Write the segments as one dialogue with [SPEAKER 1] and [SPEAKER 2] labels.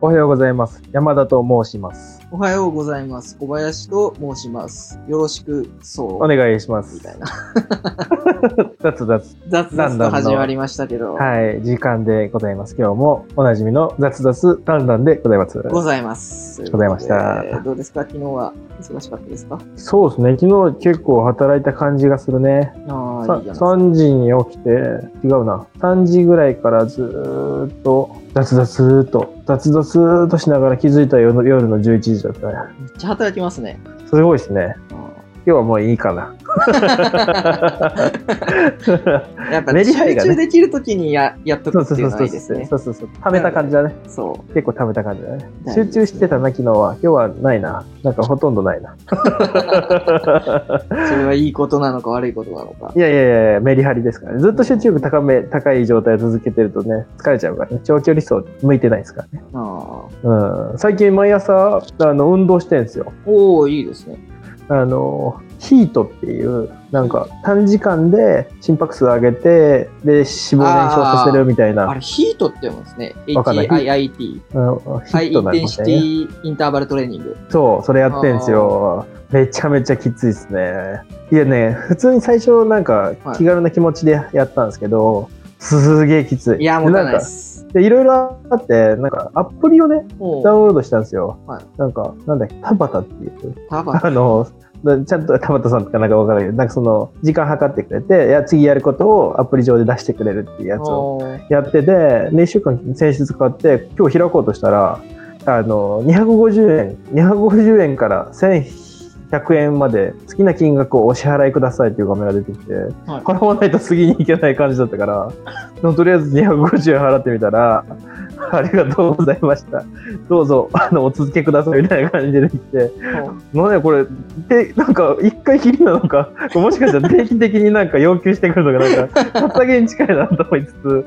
[SPEAKER 1] おはようございます。山田と申します。
[SPEAKER 2] おはようございます。小林と申します。よろしく、そう。
[SPEAKER 1] お願いします。
[SPEAKER 2] みたい
[SPEAKER 1] な。雑雑。
[SPEAKER 2] 雑
[SPEAKER 1] だんだん
[SPEAKER 2] 談
[SPEAKER 1] の
[SPEAKER 2] と始まりましたけど、
[SPEAKER 1] はい、時間でございます。今日もおなじみの雑雑だんだんでございます。
[SPEAKER 2] ございます。
[SPEAKER 1] ございました
[SPEAKER 2] ということでどうですか昨日は忙しかったですか
[SPEAKER 1] そうですね。昨日結構働いた感じがするね。
[SPEAKER 2] あ
[SPEAKER 1] さ
[SPEAKER 2] あ、いいじゃない
[SPEAKER 1] 3時に起きて、違うな。3時ぐらいからずーっと雑雑と、雑雑としながら気づいた夜夜の11時だったね。
[SPEAKER 2] めっちゃ働きますね。
[SPEAKER 1] すごいですね。
[SPEAKER 2] うん
[SPEAKER 1] 今日はもういいか な。
[SPEAKER 2] やっぱ、
[SPEAKER 1] メ
[SPEAKER 2] ね、
[SPEAKER 1] リハリ
[SPEAKER 2] 集
[SPEAKER 1] がね
[SPEAKER 2] 中できるときにややっと
[SPEAKER 1] そ
[SPEAKER 2] く
[SPEAKER 1] う
[SPEAKER 2] っ
[SPEAKER 1] そうそううそ。
[SPEAKER 2] ていのはいういですね。
[SPEAKER 1] そうそうそう。溜めた感じだね。
[SPEAKER 2] そ
[SPEAKER 1] 結構食べた感じだね。
[SPEAKER 2] 大
[SPEAKER 1] 集
[SPEAKER 2] 事です
[SPEAKER 1] 中してたな、昨日は。今日はないな。なんかほとんど ないな。
[SPEAKER 2] う。それはいいことなのか悪いことなのか
[SPEAKER 1] い。やいやいやいや、メリハリですからね。ずっと集中力高め、高い状態を続けてるとね、疲れちゃうからね。長距離走向いてないですからね。
[SPEAKER 2] ああ
[SPEAKER 1] うん。最近毎朝、あの、運動してるんですよ。
[SPEAKER 2] おおいいですね。
[SPEAKER 1] あの、ヒートっていう、なんか短時間で心拍数上げて、で、脂肪を燃焼させるみたい
[SPEAKER 2] あ
[SPEAKER 1] な、
[SPEAKER 2] れ、ヒートって読むんですね。
[SPEAKER 1] わかんない
[SPEAKER 2] HIIT。
[SPEAKER 1] あのヒ
[SPEAKER 2] ハイ
[SPEAKER 1] ッ
[SPEAKER 2] イ
[SPEAKER 1] ト
[SPEAKER 2] ン
[SPEAKER 1] な
[SPEAKER 2] テ
[SPEAKER 1] り
[SPEAKER 2] ン
[SPEAKER 1] ま
[SPEAKER 2] シ
[SPEAKER 1] した
[SPEAKER 2] テ
[SPEAKER 1] ね。
[SPEAKER 2] ィインターバルトレーニング。
[SPEAKER 1] そう、それやってんですよ。めちゃめちゃきついですね。いやね、普通に最初なんか
[SPEAKER 2] はい
[SPEAKER 1] 気軽な気持ちでやったんですけど、すげえきつい。
[SPEAKER 2] いや、もったいない
[SPEAKER 1] で
[SPEAKER 2] で
[SPEAKER 1] んか
[SPEAKER 2] す。
[SPEAKER 1] でいろいろあって、なんかアプリをね、
[SPEAKER 2] も
[SPEAKER 1] ダウンロードしたんですよ。
[SPEAKER 2] はい
[SPEAKER 1] なんか、なんだっけ、タバタっていう。
[SPEAKER 2] う、タバ
[SPEAKER 1] あの、なちゃんと田畑さんとかなんかわからないけど、なんかその、時間計ってくれて、いや、次やることをアプリ上で出してくれるっていうやつを
[SPEAKER 2] おー
[SPEAKER 1] やってて、で、1週間先日買って、今日開こうとしたら、あの、250円、250円から1100円まで好きな金額をお支払いくださいっていう画面が出てきて、
[SPEAKER 2] はい
[SPEAKER 1] 払わないと次に行けない感じだったから、でもとりあえず250円払ってみたら、ありがとうございました。どうぞ、あの、お続けくださいみたいな感じで来て、なんでこれ、でなんか、一回きりなのか、 もしかしたら定期的になんか要求してくるのが、なんか、発げに近いなと思いつつ、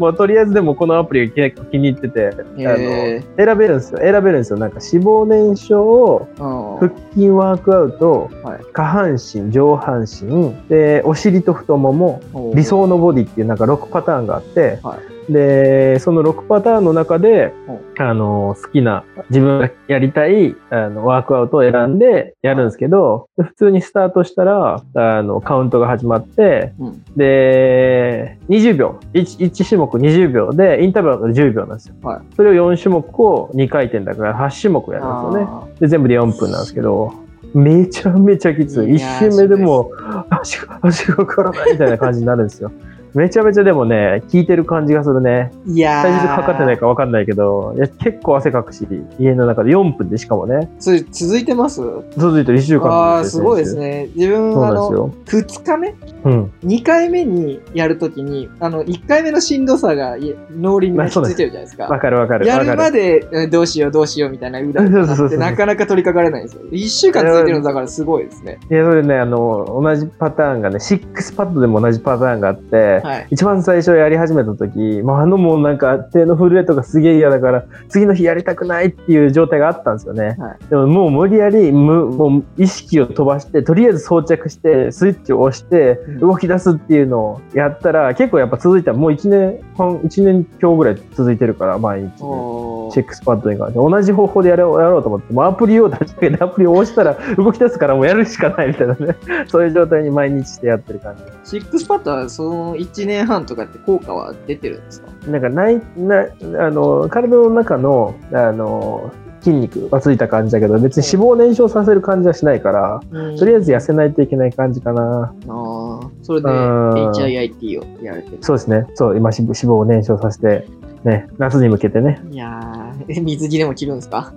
[SPEAKER 1] まあ、とりあえずでもこのアプリが結構気に入ってて、あの
[SPEAKER 2] へ
[SPEAKER 1] 選べるんですよ、選べるんですよ。なんか、脂肪燃焼、
[SPEAKER 2] うん
[SPEAKER 1] 腹筋ワークアウト、
[SPEAKER 2] はい
[SPEAKER 1] 下半身、上半身、で、お尻と太もも、
[SPEAKER 2] おー
[SPEAKER 1] 理想のボディっていうなんか6パターンがあって、
[SPEAKER 2] は
[SPEAKER 1] でその6パターンの中で、あの好きな自分がやりたいあのワークアウトを選んでやるんですけど、で普通にスタートしたらあのカウントが始まって
[SPEAKER 2] うん
[SPEAKER 1] で20秒 1, 一種目20秒でインターバルが10秒なんですよ、
[SPEAKER 2] はい
[SPEAKER 1] それを4種目を2回転だから8種目やるんですよね
[SPEAKER 2] あ
[SPEAKER 1] で全部で4分なんですけどめちゃめちゃきつい
[SPEAKER 2] い
[SPEAKER 1] 一
[SPEAKER 2] やー
[SPEAKER 1] 周目でも足が足がかからないみたいな感じになるんですよめちゃめちゃでもね効いてる感じがするね
[SPEAKER 2] ーいや
[SPEAKER 1] 体重かかってない
[SPEAKER 2] か
[SPEAKER 1] かわかんないけどいや結構汗かくし家の中で4分でしかもね
[SPEAKER 2] 続いてます
[SPEAKER 1] 続いてる1週間
[SPEAKER 2] ああーすごいです
[SPEAKER 1] ね
[SPEAKER 2] ね自分
[SPEAKER 1] そう
[SPEAKER 2] はあ
[SPEAKER 1] なんです
[SPEAKER 2] の
[SPEAKER 1] よ
[SPEAKER 2] 2日目
[SPEAKER 1] うん
[SPEAKER 2] 2回目にやるときにあの1回目のしんどさがい脳裏に
[SPEAKER 1] まあ
[SPEAKER 2] 焼
[SPEAKER 1] そうで
[SPEAKER 2] き付
[SPEAKER 1] す
[SPEAKER 2] いてるじゃないですか
[SPEAKER 1] わかるわかる
[SPEAKER 2] や
[SPEAKER 1] わ
[SPEAKER 2] る
[SPEAKER 1] か
[SPEAKER 2] ま
[SPEAKER 1] る
[SPEAKER 2] でえどうしようどうしようみたいな裏に
[SPEAKER 1] そうそう
[SPEAKER 2] なっ
[SPEAKER 1] そ
[SPEAKER 2] て
[SPEAKER 1] う
[SPEAKER 2] なかなか取り掛かれないんですよ1週間続いてるのだからすごいですね
[SPEAKER 1] いやそれねあの同じパターンがね6パッドでも同じパターンがあって、
[SPEAKER 2] はい
[SPEAKER 1] 一番最初やり始めた時、まあ、あのもうなんか手の震えとかすげえ嫌だから次の日やりたくないっていう状態があったんですよね、
[SPEAKER 2] は
[SPEAKER 1] でももう無理やりむもう意識を飛ばしてとりあえず装着してスイッチを押して
[SPEAKER 2] うん
[SPEAKER 1] 動き出すっていうのをやったら結構やっぱ続いたもう1年半1年強ぐらい続いてるから毎日
[SPEAKER 2] お
[SPEAKER 1] チェ
[SPEAKER 2] ー
[SPEAKER 1] ックスパッドに関して同じ方法でやろうやろうと思ってもうアプリを立ち上げてアプリを押したら動き出すからもうやるしかないみたいなねそういう状態に毎日してやってる感じ
[SPEAKER 2] シックスパッドはその1年半とかって効果は出てるんですか
[SPEAKER 1] なんかないなあの体の中のあの筋肉はついた感じだけど別に脂肪を燃焼させる感じはしないからとりあえず痩せないといけない感じかな
[SPEAKER 2] ああ、それで
[SPEAKER 1] うん
[SPEAKER 2] HIIT をやれてる。
[SPEAKER 1] そうですねそう今脂脂肪を燃焼させてね夏に向けて ね
[SPEAKER 2] いやー、え水着でも着るんですか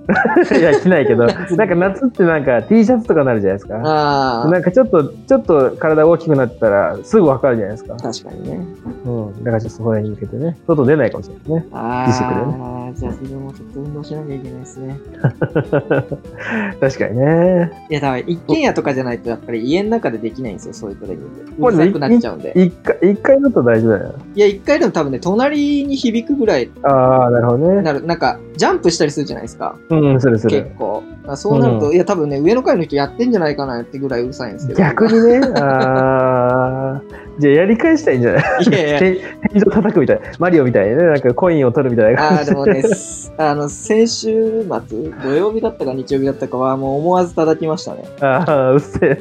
[SPEAKER 1] いや着ないけどなんか夏ってなんか T シャツとかなるじゃないですか
[SPEAKER 2] あ
[SPEAKER 1] な
[SPEAKER 2] あ、
[SPEAKER 1] んかちょっとちょっと体大きくなったらすぐ分かるじゃないですか
[SPEAKER 2] 確かにね。
[SPEAKER 1] うんだからちょっとそこら辺に向けてね外出ないかもしれないですね
[SPEAKER 2] あ
[SPEAKER 1] 自粛で
[SPEAKER 2] あ、じゃあ自分もちょっと運動しなきゃいけないですね。
[SPEAKER 1] 確かにね
[SPEAKER 2] いや、だから一軒家とかじゃないとやっぱり家の中でできないんですよ、そういうトレーニング。
[SPEAKER 1] これ
[SPEAKER 2] うる
[SPEAKER 1] ね
[SPEAKER 2] さくなっちゃうんで。
[SPEAKER 1] 一回一回だと大丈夫だよ
[SPEAKER 2] いや、一回でも多分ね、隣に響くぐらい
[SPEAKER 1] ああなるほどね
[SPEAKER 2] なる、なんか、ジャンプしたりするじゃないですか、
[SPEAKER 1] うんするする
[SPEAKER 2] 結構。あそうなると、
[SPEAKER 1] う
[SPEAKER 2] いや、多 分ね、上の階の人やってんじゃないかなってぐらいうるさいんですけど。
[SPEAKER 1] 逆にね、あーじゃあやり返したらいいんじゃない
[SPEAKER 2] いやいや。
[SPEAKER 1] 天天井叩くみたいな。マリオみたいにね、なんかコインを取るみたいな
[SPEAKER 2] あ
[SPEAKER 1] 感
[SPEAKER 2] あ、
[SPEAKER 1] じ
[SPEAKER 2] でもね、 すあの、先週末、土曜日だったか日曜日だったかは、もう思わず叩きましたね。
[SPEAKER 1] ああ、うっせえ。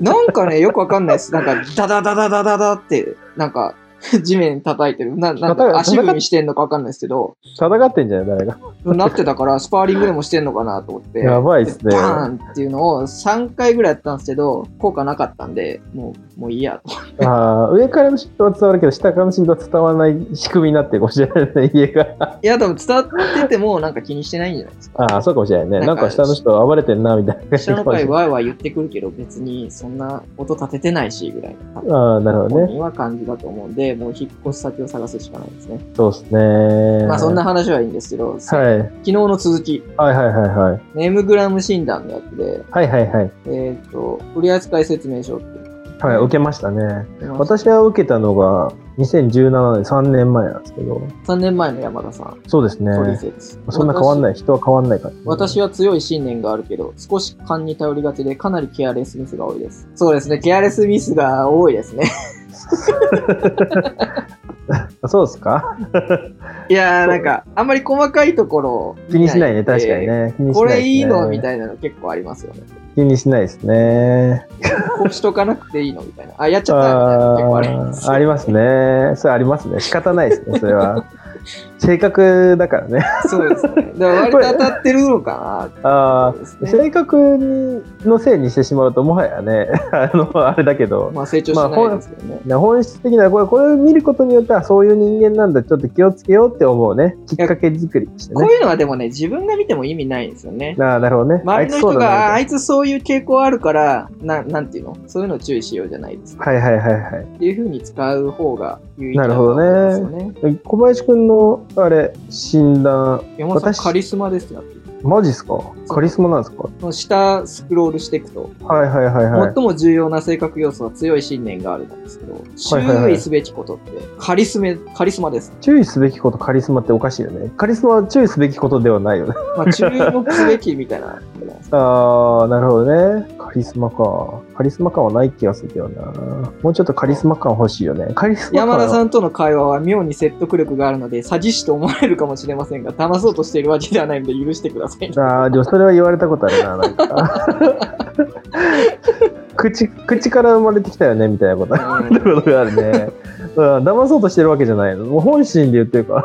[SPEAKER 2] なんかね、よくわかんないです。なんか、ダダダダダダダって、なんか、 地面叩いてる。な、な
[SPEAKER 1] 叩
[SPEAKER 2] んか
[SPEAKER 1] く
[SPEAKER 2] 足踏みしてんのかわかんないですけど、
[SPEAKER 1] 戦ってんじゃない誰か。
[SPEAKER 2] なってたから、スパーリングでもしてんのかなと思って。
[SPEAKER 1] やばいっすね。
[SPEAKER 2] バーンっていうのを3回ぐらいやったんですけど、効果なかったんで、もう、もういいやと。
[SPEAKER 1] ああ、上からの振動は伝わるけど、下からの振動は伝わらない仕組みになってるかもしれないね、家が。
[SPEAKER 2] いや、でも伝わってても、なんか気にしてないんじゃないですか。
[SPEAKER 1] ああ、そうかもしれないね。
[SPEAKER 2] な
[SPEAKER 1] なんん
[SPEAKER 2] か
[SPEAKER 1] か下の人暴れてんな、みたいな。
[SPEAKER 2] 下の回ワイワイ言ってくるけど、別にそんな音立ててないし、ぐらいの。
[SPEAKER 1] ああ、なるほど
[SPEAKER 2] 本
[SPEAKER 1] ね。
[SPEAKER 2] 人は感じだと思うんで、もう引っ越し先を探すしかないですね。
[SPEAKER 1] そうですね。
[SPEAKER 2] まあそんな。話はいいんですけど、
[SPEAKER 1] はい。はい
[SPEAKER 2] 昨日の続き、
[SPEAKER 1] はいはいはい。
[SPEAKER 2] ネームグラム診断のやつで、
[SPEAKER 1] はいはいはい。
[SPEAKER 2] えっ、と、取扱説明書って言
[SPEAKER 1] はい、受けましたね。
[SPEAKER 2] ってました。
[SPEAKER 1] 私が受けたのが2017年、3年前なんですけど、
[SPEAKER 2] 3年前の山田さん、
[SPEAKER 1] そうですね。
[SPEAKER 2] 取説。
[SPEAKER 1] そんな変わん
[SPEAKER 2] い。
[SPEAKER 1] ない、人は変わんないから、
[SPEAKER 2] 私
[SPEAKER 1] は。
[SPEAKER 2] は強い信念があるけど、少し勘に頼りがちで、かなりケアレスミスが多いです。そうですね、ケアレスミスが多いですね。
[SPEAKER 1] そうですか
[SPEAKER 2] いやー、なんか、あんまり細かいところを
[SPEAKER 1] 気
[SPEAKER 2] 見
[SPEAKER 1] にしないね、確かに。ね。気にしないですね
[SPEAKER 2] これいいのみたいなの結構ありますよね。
[SPEAKER 1] 気にしないですね。
[SPEAKER 2] こうしとかなくていいのみたいな。あ、やっちゃったみたいなの
[SPEAKER 1] あ
[SPEAKER 2] 結構あります
[SPEAKER 1] ーありますね。それありますね。仕方ないですね、それは。 性格だからね。
[SPEAKER 2] そうですね。だから割と当たってるのかな
[SPEAKER 1] あ
[SPEAKER 2] っ
[SPEAKER 1] ー
[SPEAKER 2] てことですね。
[SPEAKER 1] 性格にのせいにしてしまうと、もはやね、 あの、あれだけど。
[SPEAKER 2] まあ成長しないですけどね。
[SPEAKER 1] な本質的なこれこれを見ることによってはそういう人間なんだちょっと気をつけようって思うねきっかけ作りとして
[SPEAKER 2] こ
[SPEAKER 1] ね
[SPEAKER 2] ういうのはでもね、自分が見ても意味ないんですよね。
[SPEAKER 1] なあなるほどね
[SPEAKER 2] 周りの
[SPEAKER 1] そう
[SPEAKER 2] 人
[SPEAKER 1] だ
[SPEAKER 2] が、あ
[SPEAKER 1] な
[SPEAKER 2] あいつそういう傾向あるから、ななんていうのそういうの注意しようじゃないですか。
[SPEAKER 1] はいはいはいはい
[SPEAKER 2] っていうふうに使う方が有意義
[SPEAKER 1] なる
[SPEAKER 2] と
[SPEAKER 1] ほどね
[SPEAKER 2] 思うんですよね。
[SPEAKER 1] 小林くんのあれ診断
[SPEAKER 2] 山本さ
[SPEAKER 1] 私
[SPEAKER 2] ん、カリスマですってなってる
[SPEAKER 1] マジっすかカリスマなんですか
[SPEAKER 2] その下スクロールしていくと、
[SPEAKER 1] はいはいはいはい
[SPEAKER 2] 最も重要な性格要素は強い信念があるなんですけど、
[SPEAKER 1] いはいはい
[SPEAKER 2] 注意すべきことって、カリスメ、カリスマです。
[SPEAKER 1] 注意すべきことカリスマっておかしいよねカリスマは注意すべきことではないよね
[SPEAKER 2] まあ、注目すべきみたいな。
[SPEAKER 1] ああなるほどねカリスマかカリスマ感はない気がするけどなもうちょっとカリスマ感欲しいよねカリスマ感
[SPEAKER 2] 山
[SPEAKER 1] は
[SPEAKER 2] 田さんとの会話は妙に説得力があるので、詐欺師と思われるかもしれませんが、騙そうとしているわけではないので許してください。
[SPEAKER 1] ああ、でもそれは言われたことあるな、なんか。 口、口から生まれてきたよね、 みたいな こと。言われたことがあるね。うん、騙そうとしてるわけじゃないの。もう本心で言ってるか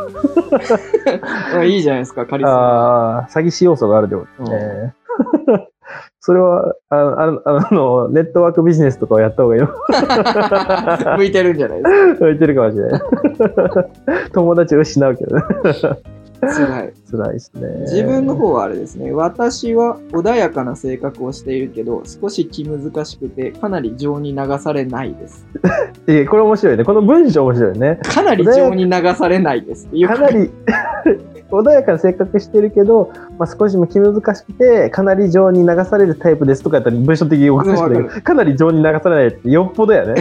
[SPEAKER 2] うんいいじゃないですか、カリス
[SPEAKER 1] ら。
[SPEAKER 2] マ。
[SPEAKER 1] ああ、詐欺師要素があるってことね。それはああの、あの、ネットワークビジネスとかをやった方がいいの
[SPEAKER 2] 向いてるんじゃないで
[SPEAKER 1] 言ってるかもしれない。 友達を失うけどね。
[SPEAKER 2] すか。はい。
[SPEAKER 1] 辛いですね。
[SPEAKER 2] 自分の方はあれですね、私は穏やかな性格をしているけど、少し気難しくて、かなり情に流されないです。
[SPEAKER 1] え、これ面白いね。この文章面白いね。
[SPEAKER 2] かなり情に流されないですっていう
[SPEAKER 1] かなり 穏やかな性格してるけど、まあ、少しも気難しくてかなり情に流されるタイプですとかやったら文章的におかしく
[SPEAKER 2] う
[SPEAKER 1] なんい
[SPEAKER 2] わ
[SPEAKER 1] けどかなり情に流されないってよっぽどやね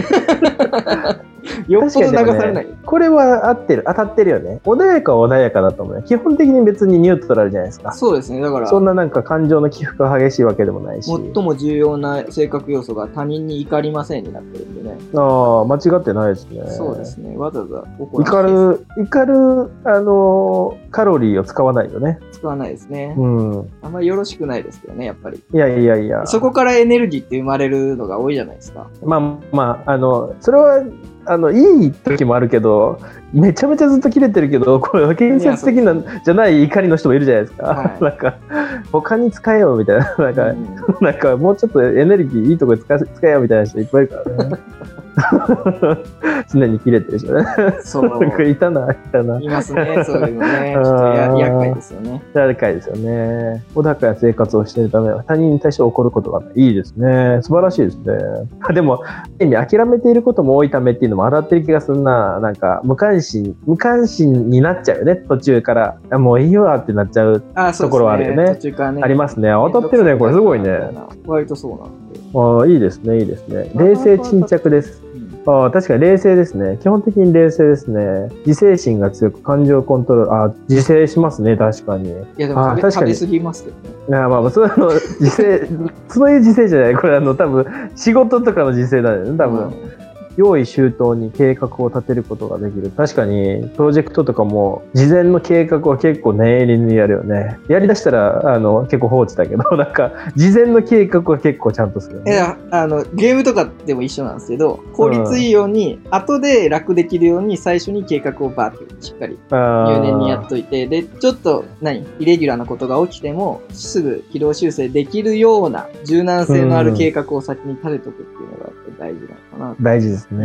[SPEAKER 2] よっぽど流されない。
[SPEAKER 1] これは合ってる当たってるよね穏やかは穏やかだと思うよ基本的に別にニュートラルじゃないですか
[SPEAKER 2] そうですね、だから、
[SPEAKER 1] そんななんか感情の起伏が激しいわけでもないし
[SPEAKER 2] 最も重要な性格要素が他人に怒りませんになってるんでね。
[SPEAKER 1] ああ間違ってないですね
[SPEAKER 2] そうですね、わざわざ怒
[SPEAKER 1] 怒
[SPEAKER 2] らないです
[SPEAKER 1] る怒るあのーカロリーを使わないよね
[SPEAKER 2] 使わないですね。
[SPEAKER 1] うん
[SPEAKER 2] あんまりよろしくないですけどね、やっぱり。
[SPEAKER 1] いやいやいや
[SPEAKER 2] そこからエネルギーって生まれるのが多いじゃないですか。
[SPEAKER 1] まあまあ、あの、それは、あの、いい時もあるけど、めちゃめちゃずっと切れてるけど、これ、建設的な、じゃない怒りの人もいるじゃないですか。
[SPEAKER 2] は い
[SPEAKER 1] なんか、他に使えよみたいな、なんか、
[SPEAKER 2] うん
[SPEAKER 1] なんか、もうちょっとエネルギーいいとこに使え使えよみたいな人いっぱいいるからね。 常に切れてるしね。
[SPEAKER 2] そう。
[SPEAKER 1] なんか、いたな、いたな。
[SPEAKER 2] いますね、そういうの ね。ちょっと
[SPEAKER 1] あ
[SPEAKER 2] や
[SPEAKER 1] ー
[SPEAKER 2] 厄介ですよね。
[SPEAKER 1] 誰かいですよね。穏やかな生活をしているため、他人に対して怒ることがない。いいですね。素晴らしいですね。 あでも、意味諦めていることも多いためっていうのも当たってる気がするな。なんか、無関心、無関心になっちゃうよね。途中から。あもういいわってなっちゃう。
[SPEAKER 2] あーそうですね
[SPEAKER 1] ところはあるよね
[SPEAKER 2] 途中からね。
[SPEAKER 1] ありますね。当たってるね。これすごいね。
[SPEAKER 2] 割とそうなんで。
[SPEAKER 1] あーいいですね。いいですね。冷静沈着です。
[SPEAKER 2] うん
[SPEAKER 1] ああ、確かに冷静ですね。基本的に冷静ですね。自制心が強く感情コントロール。あー自制しますね。確かに。
[SPEAKER 2] いや、でも
[SPEAKER 1] あ
[SPEAKER 2] 食
[SPEAKER 1] ー確
[SPEAKER 2] べ
[SPEAKER 1] か
[SPEAKER 2] 食べ
[SPEAKER 1] に
[SPEAKER 2] 過ぎますけどね。
[SPEAKER 1] いやまあまあそれはあの 自制そういう自制じゃないこれあの多分仕事とかの自制だよね多分、
[SPEAKER 2] うん
[SPEAKER 1] 用意周到に計画を立てることができる。確かに、プロジェクトとかも、事前の計画は結構念入りにやるよね。やりだしたら、あの、結構放置だけど、 なんか、事前の計画は結構ちゃんとするよ
[SPEAKER 2] い
[SPEAKER 1] ね。
[SPEAKER 2] やあのゲームとかでも一緒なんですけど効率いいように、後で楽できるように最初に計画をバーッとしっかり入
[SPEAKER 1] 入
[SPEAKER 2] 念にやっといてでちょっと何イレギュラーなことが起きてもすぐ軌道修正できるような柔軟性のある計画を先に立てとくっていうのがやっぱり大事なのかな、
[SPEAKER 1] 大事ですね。
[SPEAKER 2] う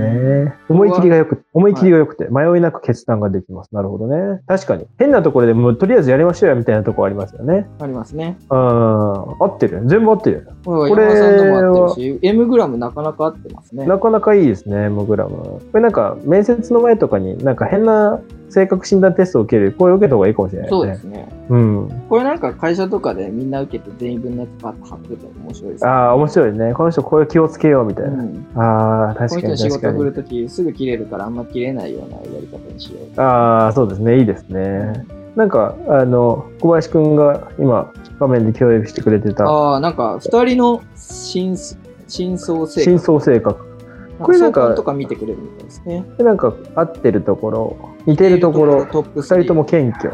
[SPEAKER 2] ん
[SPEAKER 1] 思い切りがよく、思い切りがよくて、迷いなく決断ができます。なるほどね。確かに。変なところでもうとりあえずやりましょうよみたいなところありますよね。
[SPEAKER 2] ありますね
[SPEAKER 1] うん。合ってるよ。全部合ってるよ。
[SPEAKER 2] これ
[SPEAKER 1] これ
[SPEAKER 2] 山
[SPEAKER 1] は
[SPEAKER 2] 田さんとも合ってるし M グラムなかなか合ってますね
[SPEAKER 1] なかなかいいですね、モグラム。これなんか、面接の前とかになんか変な性格診断テストを受けるより、これ受けた方がいいかもしれない
[SPEAKER 2] そ
[SPEAKER 1] よ
[SPEAKER 2] う
[SPEAKER 1] ね。
[SPEAKER 2] ですね
[SPEAKER 1] うん。
[SPEAKER 2] これなんか会社とかでみんな受けて全員分のやつバッと貼ってたら面白いですね
[SPEAKER 1] ああ、面白いね。この人こういう気をつけようみたいな。
[SPEAKER 2] うん
[SPEAKER 1] ああ、
[SPEAKER 2] この
[SPEAKER 1] 確か
[SPEAKER 2] 人の
[SPEAKER 1] に
[SPEAKER 2] 仕
[SPEAKER 1] 確
[SPEAKER 2] 事
[SPEAKER 1] か
[SPEAKER 2] 振
[SPEAKER 1] に。
[SPEAKER 2] るときすぐ切れるからあんま切れないようなやり方にしよう。
[SPEAKER 1] ああ、そうですね。いいですね。なんか、あの、小林くんが今、画面で共有してくれてた、
[SPEAKER 2] ああ、なんか二人の真真相性
[SPEAKER 1] 真相性格。これなんか
[SPEAKER 2] 相関とか見てくれるみたいですね。
[SPEAKER 1] でなんか合ってるところ似てるところ
[SPEAKER 2] トップ
[SPEAKER 1] 2人とも謙虚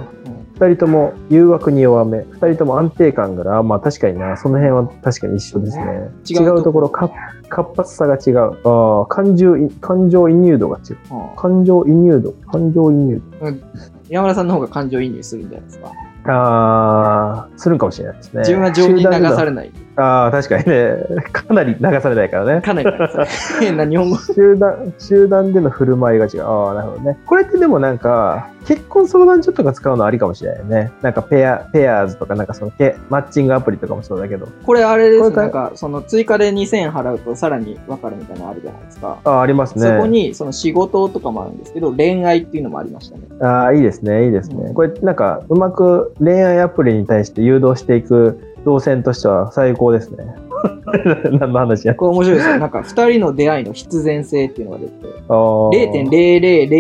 [SPEAKER 1] 2人とも誘惑に弱め2人とも安定感があるあまあ確かになその辺は確かに一緒ですね
[SPEAKER 2] 違
[SPEAKER 1] 違
[SPEAKER 2] うところ
[SPEAKER 1] うところか活発さが違うああ感情い感情移入度が違う
[SPEAKER 2] 3、はあ
[SPEAKER 1] 感情移入度感情移入
[SPEAKER 2] 山田さんの方が感情移入するんじゃないですか。
[SPEAKER 1] 度ああするかもしれないですね
[SPEAKER 2] 自分は情に流さ
[SPEAKER 1] れ
[SPEAKER 2] れない。
[SPEAKER 1] ああ確かにねかなり流されないからね
[SPEAKER 2] かなり流さ れない。変な日本語。
[SPEAKER 1] 集団集団での振る舞いが違うああなるほどねこれってでもなんか結婚相談所とか使うのありかもしれないよねなんかペアペアーズとかなんかそのペマッチングアプリとかもそうだけど
[SPEAKER 2] これあれで
[SPEAKER 1] こ
[SPEAKER 2] す
[SPEAKER 1] れ
[SPEAKER 2] ね。
[SPEAKER 1] か
[SPEAKER 2] なんかその追加で2000円払うとさらに分かるみたいなのあるじゃないですか。
[SPEAKER 1] ああありますね
[SPEAKER 2] そこにその仕事とかもあるんですけど恋愛っていうのもありましたね。
[SPEAKER 1] ああいいですねいいですね、
[SPEAKER 2] うん
[SPEAKER 1] これなんかうまく恋愛アプリに対して誘導していく動線としては最高です ね何の話や
[SPEAKER 2] これ面白いですよ。なんか2人の出会いの必然性っていうのが出て、
[SPEAKER 1] あー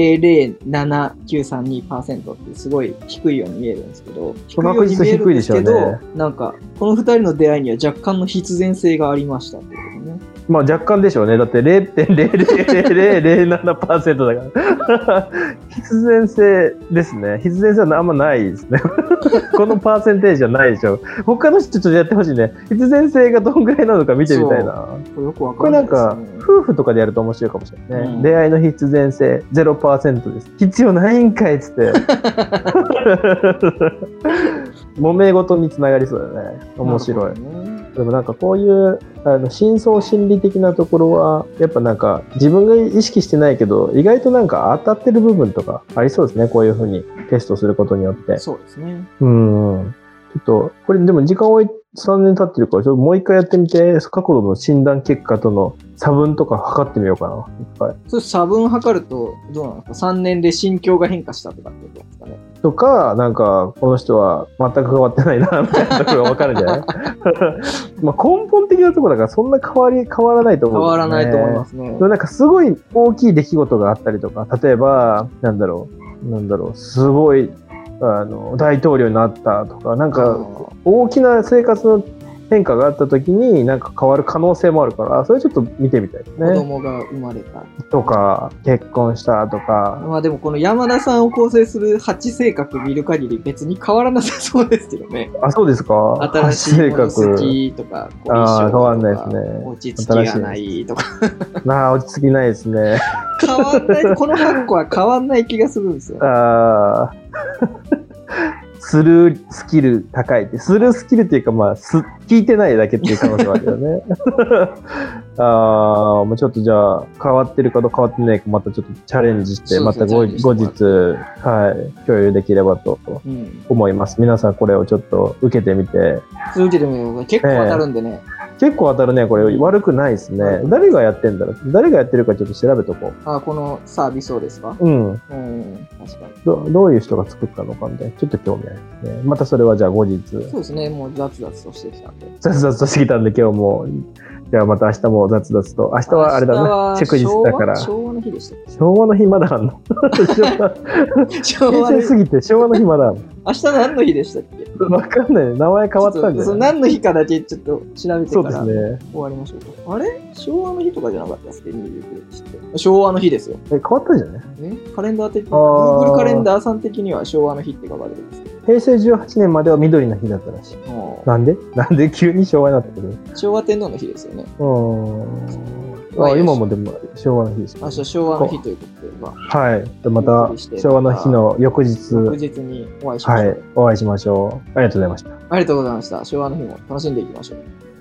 [SPEAKER 2] 0.0007932%ってすごい低いように見えるんですけど、低いように見えるんですけ
[SPEAKER 1] 確実低いで
[SPEAKER 2] ど
[SPEAKER 1] し、
[SPEAKER 2] なんか、この2人の出会いには若干の必然性がありましたっていうことね。
[SPEAKER 1] まあ若干でしょうね。だって0.00007%だから。必然性ですね。必然性はあんまないです ね。このパーセンテージはないでしょう。他の人ちょっとやってほしいね。必然性がどんぐらいなのか見てみたいな。
[SPEAKER 2] これよくわ
[SPEAKER 1] これ
[SPEAKER 2] かんな
[SPEAKER 1] ないん
[SPEAKER 2] ですよ
[SPEAKER 1] か
[SPEAKER 2] ね、。
[SPEAKER 1] 夫婦とかでやると面白いかもしれないね。
[SPEAKER 2] うん
[SPEAKER 1] 出会いの必然性0%です。必要ないんかいっつって。揉め事につながりそうだよね。面白い
[SPEAKER 2] な。るほどね
[SPEAKER 1] でもなんかこういうあの深層心理的なところはやっぱなんか自分が意識してないけど意外となんか当たってる部分とかありそうですねこういうふうにテストすることによって
[SPEAKER 2] そうですね。
[SPEAKER 1] うんちょっとこれでも時間を3年経ってるからちょっともう一回やってみて過去の診断結果との差分とか測ってみようかないっぱい
[SPEAKER 2] それ差分測ると、どうなのか、3年で心境が変化したとかってことですかね。
[SPEAKER 1] とか、なんか、この人は全く変わってないな、みたいなところがわかるんじゃない まあ根本的なところだから、そんな変わり、変わらないと思
[SPEAKER 2] 変
[SPEAKER 1] う、。
[SPEAKER 2] わらないと思いますすね。
[SPEAKER 1] でもなんかすごい大きい出来事があったりとか、例えば、なんだろう、なんだろう、すごい、あの、大統領になったとか、なんか、大きな生活の変化があった時に、なんか変わる可能性もあるから、あそれちょっと見てみたいです
[SPEAKER 2] 子
[SPEAKER 1] ね。
[SPEAKER 2] 供が生まれた。
[SPEAKER 1] とか、結婚したとか、
[SPEAKER 2] まあでもこの山田さんを構成する8性格見る限り別に変わらなさそうですけどね。
[SPEAKER 1] あ、そうですか
[SPEAKER 2] 新しいもの好きとか、こう
[SPEAKER 1] あー
[SPEAKER 2] 衣装と
[SPEAKER 1] 変わんないですね
[SPEAKER 2] 落ち着きがないとか。
[SPEAKER 1] なあ、落ち着きないですね。
[SPEAKER 2] 変わんない、この8個は変わんない気がするんですよ。
[SPEAKER 1] ああ。 するスキル高いって、するスキルっていうか、まあ、す聞いてないだけっていう可能性はあるよね。 ああ、もうちょっとじゃあ、変わってるかと変わってないか、またちょっとチャレンジして、
[SPEAKER 2] そう
[SPEAKER 1] ま
[SPEAKER 2] そ
[SPEAKER 1] た
[SPEAKER 2] う
[SPEAKER 1] 後
[SPEAKER 2] チャレンジ
[SPEAKER 1] 日、
[SPEAKER 2] してもらっ
[SPEAKER 1] はい、共有できればと
[SPEAKER 2] うん。
[SPEAKER 1] 思います。皆さんこれをちょっと受けてみて、
[SPEAKER 2] 続けてみよう。結構当たるんでね。
[SPEAKER 1] 結構当たるね、これ悪くないですね。誰がやってんだろう誰がやってるかちょっと調べとこ
[SPEAKER 2] あーこのサービスをですか
[SPEAKER 1] う。うん。
[SPEAKER 2] うん、確かに。
[SPEAKER 1] どどういう人が作ったのかみたいな、ちょっと興味ありますね。またそれはじゃあ後日、
[SPEAKER 2] そうですね、もう雑々としてきたんで。
[SPEAKER 1] 雑々としてきたんで今日も、じゃあまた明日も雑々と。明日はあれだ
[SPEAKER 2] 明日
[SPEAKER 1] な。
[SPEAKER 2] は
[SPEAKER 1] 祝日だから。
[SPEAKER 2] 昭和昭和の日でしたっ
[SPEAKER 1] 昭和の日まだあんの
[SPEAKER 2] け。
[SPEAKER 1] 昭
[SPEAKER 2] 昭
[SPEAKER 1] 和
[SPEAKER 2] 和
[SPEAKER 1] 平
[SPEAKER 2] の
[SPEAKER 1] 成
[SPEAKER 2] 日
[SPEAKER 1] すぎて昭和の日まだあん
[SPEAKER 2] 明日何の日でしたっけ
[SPEAKER 1] の。わかんない。名前変わったん
[SPEAKER 2] ちょ
[SPEAKER 1] じ
[SPEAKER 2] とそ
[SPEAKER 1] ゃ
[SPEAKER 2] う
[SPEAKER 1] ない
[SPEAKER 2] 何の日かだけちょっと調べて
[SPEAKER 1] そ
[SPEAKER 2] か
[SPEAKER 1] うで
[SPEAKER 2] ら
[SPEAKER 1] す
[SPEAKER 2] 終
[SPEAKER 1] ね。
[SPEAKER 2] わりましょうか。あれ昭和の日とかじゃなかったっすけ ?29 日って。昭和の日ですよ。
[SPEAKER 1] え、変わったんじゃない
[SPEAKER 2] ね、カレンダー的に、
[SPEAKER 1] あー
[SPEAKER 2] Google カレンダーさん的には昭和の日って書かれてるんですけ
[SPEAKER 1] 平成18年までは緑の日だったらしい。
[SPEAKER 2] ど、
[SPEAKER 1] なんで なんで急に昭和になったけど。
[SPEAKER 2] 昭和天皇の日ですよね。
[SPEAKER 1] うーん。
[SPEAKER 2] まあ
[SPEAKER 1] あ、今もでも昭和の日です
[SPEAKER 2] 明
[SPEAKER 1] ね。
[SPEAKER 2] 日昭和の日ということで、まあ、
[SPEAKER 1] はい。でまた昭和の日の翌日、
[SPEAKER 2] 翌日にお会いしまし
[SPEAKER 1] は
[SPEAKER 2] ょう、
[SPEAKER 1] い、お会いしましょう。ありがとうございました。
[SPEAKER 2] ありがとうございました。昭和の日も楽しんでいきましょう。